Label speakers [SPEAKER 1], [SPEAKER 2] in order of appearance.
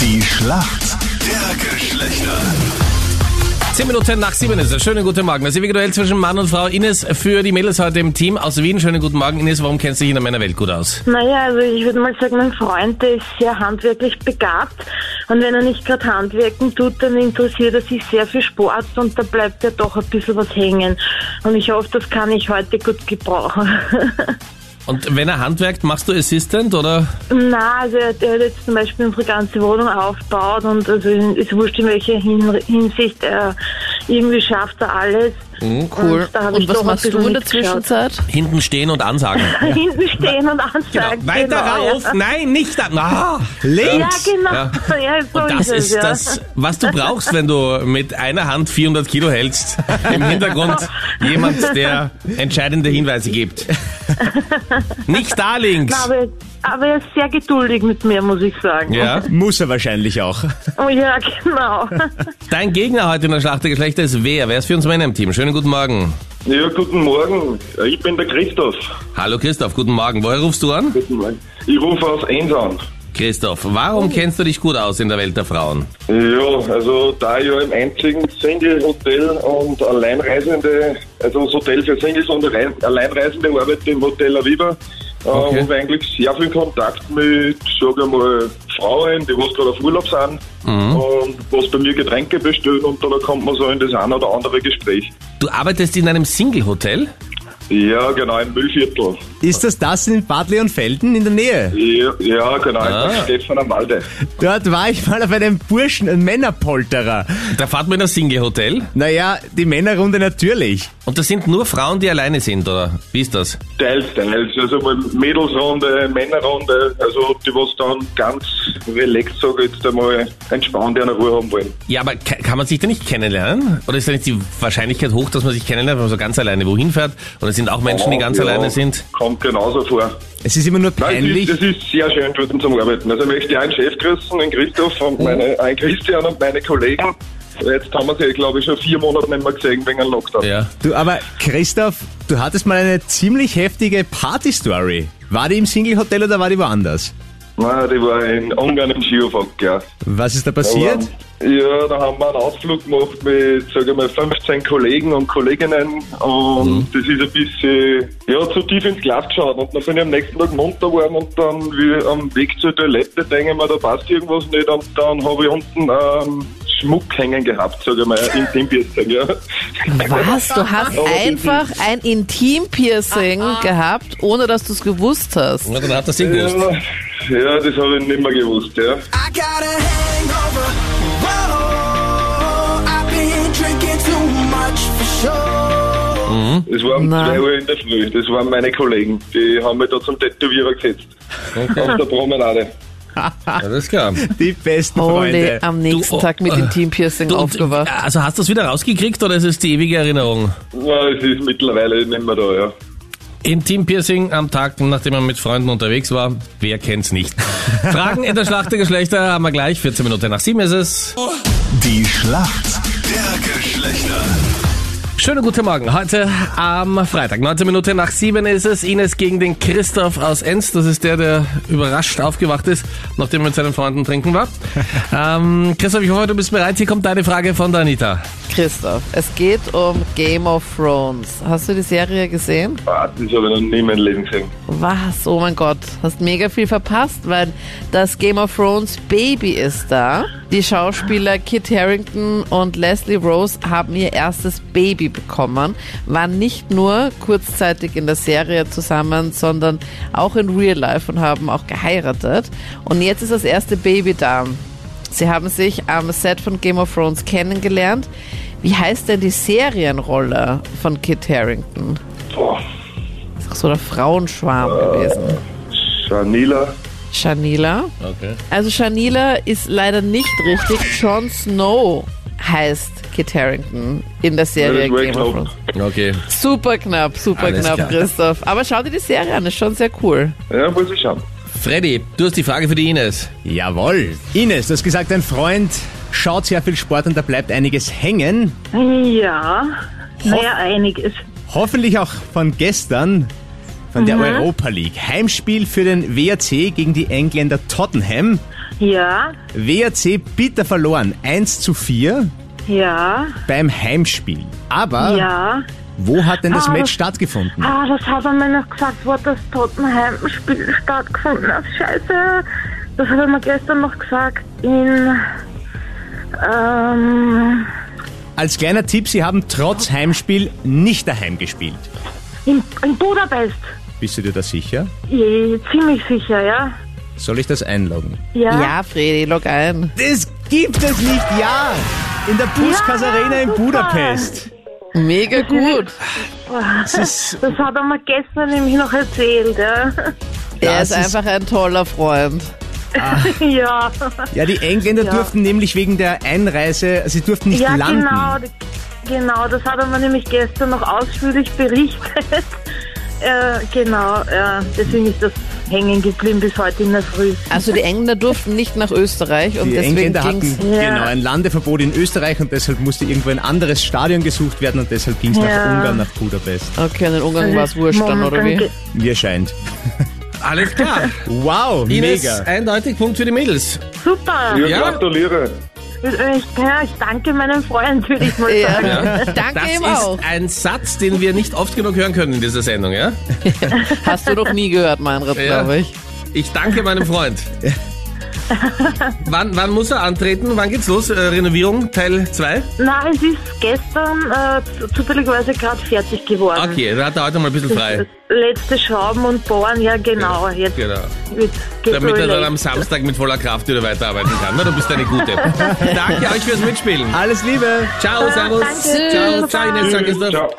[SPEAKER 1] Die Schlacht der Geschlechter.
[SPEAKER 2] Zehn Minuten nach sieben ist es. Schönen guten Morgen. Also, Das ewige Duell zwischen Mann und Frau. Ines für die Mädels heute im Team aus Wien. Schönen guten Morgen. Ines, warum kennst du dich in der Männerwelt gut aus?
[SPEAKER 3] Naja, also ich würde mal sagen, mein Freund der ist sehr handwerklich begabt und wenn er nicht gerade Handwerken tut, dann interessiert er sich sehr für Sport und da bleibt ja doch ein bisschen was hängen. Und ich hoffe, das kann ich heute gut gebrauchen.
[SPEAKER 2] Und wenn er handwerkt, machst du Assistant oder?
[SPEAKER 3] Na, also er, der hat jetzt zum Beispiel unsere ganze Wohnung aufgebaut und also es wurscht in welcher Hin Hinsicht, er irgendwie schafft er alles.
[SPEAKER 2] Mhm,
[SPEAKER 4] Cool.
[SPEAKER 3] Und, da hab
[SPEAKER 4] Äh, Und
[SPEAKER 3] ich
[SPEAKER 4] was
[SPEAKER 3] doch ein
[SPEAKER 4] machst du
[SPEAKER 3] bisschen
[SPEAKER 4] in der
[SPEAKER 3] mitgeschaut.
[SPEAKER 4] Zwischenzeit?
[SPEAKER 2] Hinten stehen und ansagen.
[SPEAKER 3] Hinten stehen und anzeigen.
[SPEAKER 2] Weiter
[SPEAKER 3] genau,
[SPEAKER 2] rauf. Nein, nicht da. Na,
[SPEAKER 3] Ja,
[SPEAKER 2] links.
[SPEAKER 3] ja genau.
[SPEAKER 2] Ja.
[SPEAKER 3] Ja. so
[SPEAKER 2] Und das
[SPEAKER 3] es,
[SPEAKER 2] ist
[SPEAKER 3] ja.
[SPEAKER 2] das, was du brauchst, wenn du mit einer Hand 400 Kilo hältst. Im Hintergrund jemand, der entscheidende Hinweise gibt. Nicht da links.
[SPEAKER 3] Aber, aber er ist sehr geduldig mit mir, muss ich sagen.
[SPEAKER 2] Ja.
[SPEAKER 5] Muss er wahrscheinlich auch.
[SPEAKER 3] Oh ja, genau.
[SPEAKER 2] Dein Gegner heute in der Schlacht der Geschlechter ist wer? Wer ist für uns Männer im Team? Schönen guten Morgen.
[SPEAKER 6] Ja, guten Morgen. Ich bin der Christoph.
[SPEAKER 2] Hallo Christoph, guten Morgen. Woher rufst du an?
[SPEAKER 6] Guten Morgen. Ich rufe aus Enns an.
[SPEAKER 2] Christoph, warum kennst du dich gut aus in der Welt der Frauen?
[SPEAKER 6] Ja, also da ich ja im einzigen Single-Hotel und Alleinreisende, also das Hotel für Singles und Rei- Alleinreisende arbeite im Hotel Aviva, äh,
[SPEAKER 2] Okay.
[SPEAKER 6] habe eigentlich sehr viel Kontakt mit, sage ich mal, Frauen, die was gerade auf Urlaub sind
[SPEAKER 2] Mhm.
[SPEAKER 6] und was bei mir Getränke bestellen und da kommt man so in das ein oder andere Gespräch.
[SPEAKER 2] Du arbeitest in einem Single-Hotel?
[SPEAKER 6] Ja, genau, im Müllviertel.
[SPEAKER 5] Ist das das in Bad Leonfelden in der Nähe?
[SPEAKER 6] Ja, ja genau,
[SPEAKER 2] Ah.
[SPEAKER 6] ich bin Stefan am Walde.
[SPEAKER 5] Dort war ich mal auf einem Burschen, einem Männerpolterer.
[SPEAKER 2] Da fahrt man in ein Single-Hotel
[SPEAKER 5] Naja, die Männerrunde natürlich.
[SPEAKER 2] und das sind nur Frauen, die alleine sind, oder? Wie ist das?
[SPEAKER 6] Teils, teils. Also mal Mädelsrunde, Männerrunde, also die was dann ganz relaxed, sage ich jetzt einmal, entspannt eine Ruhe haben wollen.
[SPEAKER 2] Ja, aber ka- kann man sich da nicht kennenlernen? Oder ist da nicht die Wahrscheinlichkeit hoch, dass man sich kennenlernt, wenn man so ganz alleine wohin fährt? Und es sind auch Menschen, die ganz
[SPEAKER 6] Oh, Ja,
[SPEAKER 2] alleine sind?
[SPEAKER 6] Kommt genauso vor.
[SPEAKER 5] Es ist immer nur
[SPEAKER 6] Nein,
[SPEAKER 5] peinlich.
[SPEAKER 6] Das, ist, das ist sehr schön für den zum Arbeiten. Also ich möchte einen Chef grüßen, den Christoph
[SPEAKER 2] Oh.
[SPEAKER 6] und meine, einen Christian und meine Kollegen. Jetzt haben wir sie, glaube ich, schon vier Monate nicht mehr gesehen wegen einem Lockdown.
[SPEAKER 2] Ja.
[SPEAKER 5] Du, aber Christoph, du hattest mal eine ziemlich heftige Party-Story. War die im Single-Hotel oder war die woanders?
[SPEAKER 6] Nein, die war in Ungarn im Skiofag, ja.
[SPEAKER 5] Was ist da passiert?
[SPEAKER 6] Ja, da haben wir einen Ausflug gemacht mit, sage ich mal, 15 Kollegen und Kolleginnen und das ist ein bisschen, ja, zu tief ins Glas geschaut und dann bin ich am nächsten Tag munter geworden und dann wie am Weg zur Toilette denke ich mir, da passt irgendwas nicht und dann habe ich unten ähm, Schmuck hängen gehabt, sage ich mal, im Teambierzeug, ja.
[SPEAKER 4] Was? Du hast einfach ein Intim-Piercing
[SPEAKER 3] Ah,
[SPEAKER 4] gehabt, ohne dass du es gewusst hast.
[SPEAKER 2] Na, dann hat das Sinn gewusst.
[SPEAKER 6] ja. Ja, das habe ich nicht mehr gewusst, ja.
[SPEAKER 7] I got a hangover. Whoa, I've been drinking too much for sure.
[SPEAKER 6] Das war um
[SPEAKER 4] Nein.
[SPEAKER 6] 2 Uhr in der Früh, das waren meine Kollegen, die haben mich da zum Tätowierer gesetzt, auf der Promenade.
[SPEAKER 2] Alles klar.
[SPEAKER 5] Die besten
[SPEAKER 4] Ole
[SPEAKER 5] Freunde.
[SPEAKER 4] Oh, am nächsten
[SPEAKER 3] oh,
[SPEAKER 2] Du-
[SPEAKER 4] Tag
[SPEAKER 3] äh,
[SPEAKER 4] mit Intim-Piercing
[SPEAKER 2] Du,
[SPEAKER 4] aufgewacht.
[SPEAKER 2] also hast du das wieder rausgekriegt oder ist es die ewige Erinnerung?
[SPEAKER 6] Ja, es ist mittlerweile nicht mehr da, ja.
[SPEAKER 2] Intim-Piercing am Tag, nachdem man mit Freunden unterwegs war. Wer kennt's nicht? Fragen in der Schlacht der Geschlechter haben wir gleich. 14 Minuten nach sieben ist es.
[SPEAKER 1] Die Schlacht der Geschlechter.
[SPEAKER 2] Schönen guten Morgen. Heute am Freitag, 19 Minuten nach sieben ist es. Ines gegen den Christoph aus Enz. Das ist der, der überrascht aufgewacht ist, nachdem er mit seinen Freunden trinken war. Ähm, Christoph, ich hoffe, du bist bereit. Hier kommt deine Frage von der Anita.
[SPEAKER 4] Christoph, es geht um Game of Thrones. Hast du die Serie gesehen?
[SPEAKER 6] Ah, das habe ich noch nie in meinem Leben gesehen.
[SPEAKER 4] Was? Oh mein Gott, hast mega viel verpasst, weil das Game of Thrones Baby ist da. Die Schauspieler Kit Harrington und Leslie Rose haben ihr erstes Baby bekommen, waren nicht nur kurzzeitig in der Serie zusammen, sondern auch in Real Life und haben auch geheiratet. Und jetzt ist das erste Baby da. Sie haben sich am Set von Game of Thrones kennengelernt. Wie heißt denn die Serienrolle von Kit Harrington?
[SPEAKER 6] Boah,
[SPEAKER 4] Ist doch so der Frauenschwarm gewesen.
[SPEAKER 6] Shanila.
[SPEAKER 4] Shanila.
[SPEAKER 2] Okay.
[SPEAKER 4] Also Shanila ist leider nicht richtig. Jon Snow heißt Kit Harrington in der Serie
[SPEAKER 6] Ja, das war
[SPEAKER 4] Game of
[SPEAKER 6] knapp.
[SPEAKER 4] Thrones.
[SPEAKER 2] Okay.
[SPEAKER 4] Super knapp, super
[SPEAKER 2] Alles
[SPEAKER 4] knapp,
[SPEAKER 2] klar.
[SPEAKER 4] Christoph. Aber schau dir die Serie an, ist schon sehr cool.
[SPEAKER 6] Ja, muss ich schauen.
[SPEAKER 2] Freddy, du hast die Frage für die Ines.
[SPEAKER 5] Jawohl. Ines, du hast gesagt, dein Freund schaut sehr viel Sport und da bleibt einiges hängen.
[SPEAKER 3] ja, naja, einiges.
[SPEAKER 5] Hoffentlich auch von gestern,
[SPEAKER 3] Mhm.
[SPEAKER 5] von der Europa League. Heimspiel für den WRC gegen die Engländer Tottenham.
[SPEAKER 3] Ja,
[SPEAKER 5] WRC bitter verloren, 1 zu 4
[SPEAKER 3] ja,
[SPEAKER 5] beim Heimspiel. Aber
[SPEAKER 3] ja.
[SPEAKER 5] wo hat denn das
[SPEAKER 3] Ah.
[SPEAKER 5] Match stattgefunden?
[SPEAKER 3] Ah, das hat er mir noch gesagt, wo das Tottenheim-Spiel stattgefunden hat. Scheiße. Das hat er mir gestern noch gesagt in... Ähm,
[SPEAKER 5] Als kleiner Tipp, sie haben trotz Heimspiel nicht daheim gespielt.
[SPEAKER 3] in, in Budapest.
[SPEAKER 5] Bist du dir da sicher?
[SPEAKER 3] Je, ziemlich sicher, ja.
[SPEAKER 5] Soll ich das einloggen?
[SPEAKER 3] Ja.
[SPEAKER 4] Ja, Fredi, log ein.
[SPEAKER 5] Das gibt es nicht, ja! In der Puskas
[SPEAKER 3] Ja,
[SPEAKER 5] Arena in
[SPEAKER 3] super.
[SPEAKER 5] Budapest.
[SPEAKER 4] Mega gut.
[SPEAKER 5] Das ist,
[SPEAKER 3] Das hat er mir gestern nämlich noch erzählt, ja.
[SPEAKER 4] Er ist
[SPEAKER 5] Das ist-
[SPEAKER 4] einfach ein toller Freund.
[SPEAKER 3] ja.
[SPEAKER 5] ja, die Engländer
[SPEAKER 3] Ja.
[SPEAKER 5] durften nämlich wegen der Einreise, sie durften nicht
[SPEAKER 3] ja,
[SPEAKER 5] landen.
[SPEAKER 3] genau. die- Genau, das hat er mir nämlich gestern noch ausführlich berichtet. äh, genau, ja. Deswegen ist das hängen geblieben bis heute in der Früh.
[SPEAKER 4] Also die Engländer durften nicht nach Österreich und
[SPEAKER 5] Die
[SPEAKER 4] deswegen
[SPEAKER 5] Engländer
[SPEAKER 4] ging's.
[SPEAKER 5] hatten
[SPEAKER 3] Ja.
[SPEAKER 5] genau ein Landeverbot in Österreich und deshalb musste irgendwo ein anderes Stadion gesucht werden und deshalb ging es nach
[SPEAKER 3] Ja.
[SPEAKER 5] Ungarn, nach Budapest.
[SPEAKER 4] Okay, und in Ungarn war es wurscht dann, oder
[SPEAKER 3] Momentan
[SPEAKER 4] wie?
[SPEAKER 3] Äh, ge-
[SPEAKER 5] Mir scheint.
[SPEAKER 2] Alles klar.
[SPEAKER 5] Wow,
[SPEAKER 2] Ines,
[SPEAKER 5] mega.
[SPEAKER 2] eindeutig Punkt für die Mädels.
[SPEAKER 3] Super.
[SPEAKER 6] Ja,
[SPEAKER 2] Ja.
[SPEAKER 6] gratuliere.
[SPEAKER 3] Ich, ja, ich danke meinem Freund, würde ich mal
[SPEAKER 4] Ja.
[SPEAKER 3] sagen.
[SPEAKER 4] Danke
[SPEAKER 2] Das
[SPEAKER 4] ihm
[SPEAKER 2] ist
[SPEAKER 4] auch.
[SPEAKER 2] ein Satz, den wir nicht oft genug hören können in dieser Sendung, ja?
[SPEAKER 4] Hast du noch nie gehört, Meinrad,
[SPEAKER 2] Ja.
[SPEAKER 4] glaube ich.
[SPEAKER 2] Ich danke meinem Freund. wann, wann muss er antreten? Wann geht's los? Äh, Renovierung Teil 2?
[SPEAKER 3] Na, es ist gestern äh, zu- zufälligerweise gerade fertig geworden.
[SPEAKER 2] Ah, Okay, da hat er heute mal ein bisschen frei.
[SPEAKER 3] Letzte Schrauben und Bohren, ja genau. Jetzt
[SPEAKER 2] Genau.
[SPEAKER 3] wird
[SPEAKER 2] Damit er dann am Samstag mit voller Kraft wieder weiterarbeiten kann. Na, du bist eine gute. Danke euch fürs Mitspielen.
[SPEAKER 5] Alles Liebe.
[SPEAKER 2] Ciao, servus.
[SPEAKER 3] danke.
[SPEAKER 2] Ciao, ciao, Ines, danke.
[SPEAKER 6] Ciao.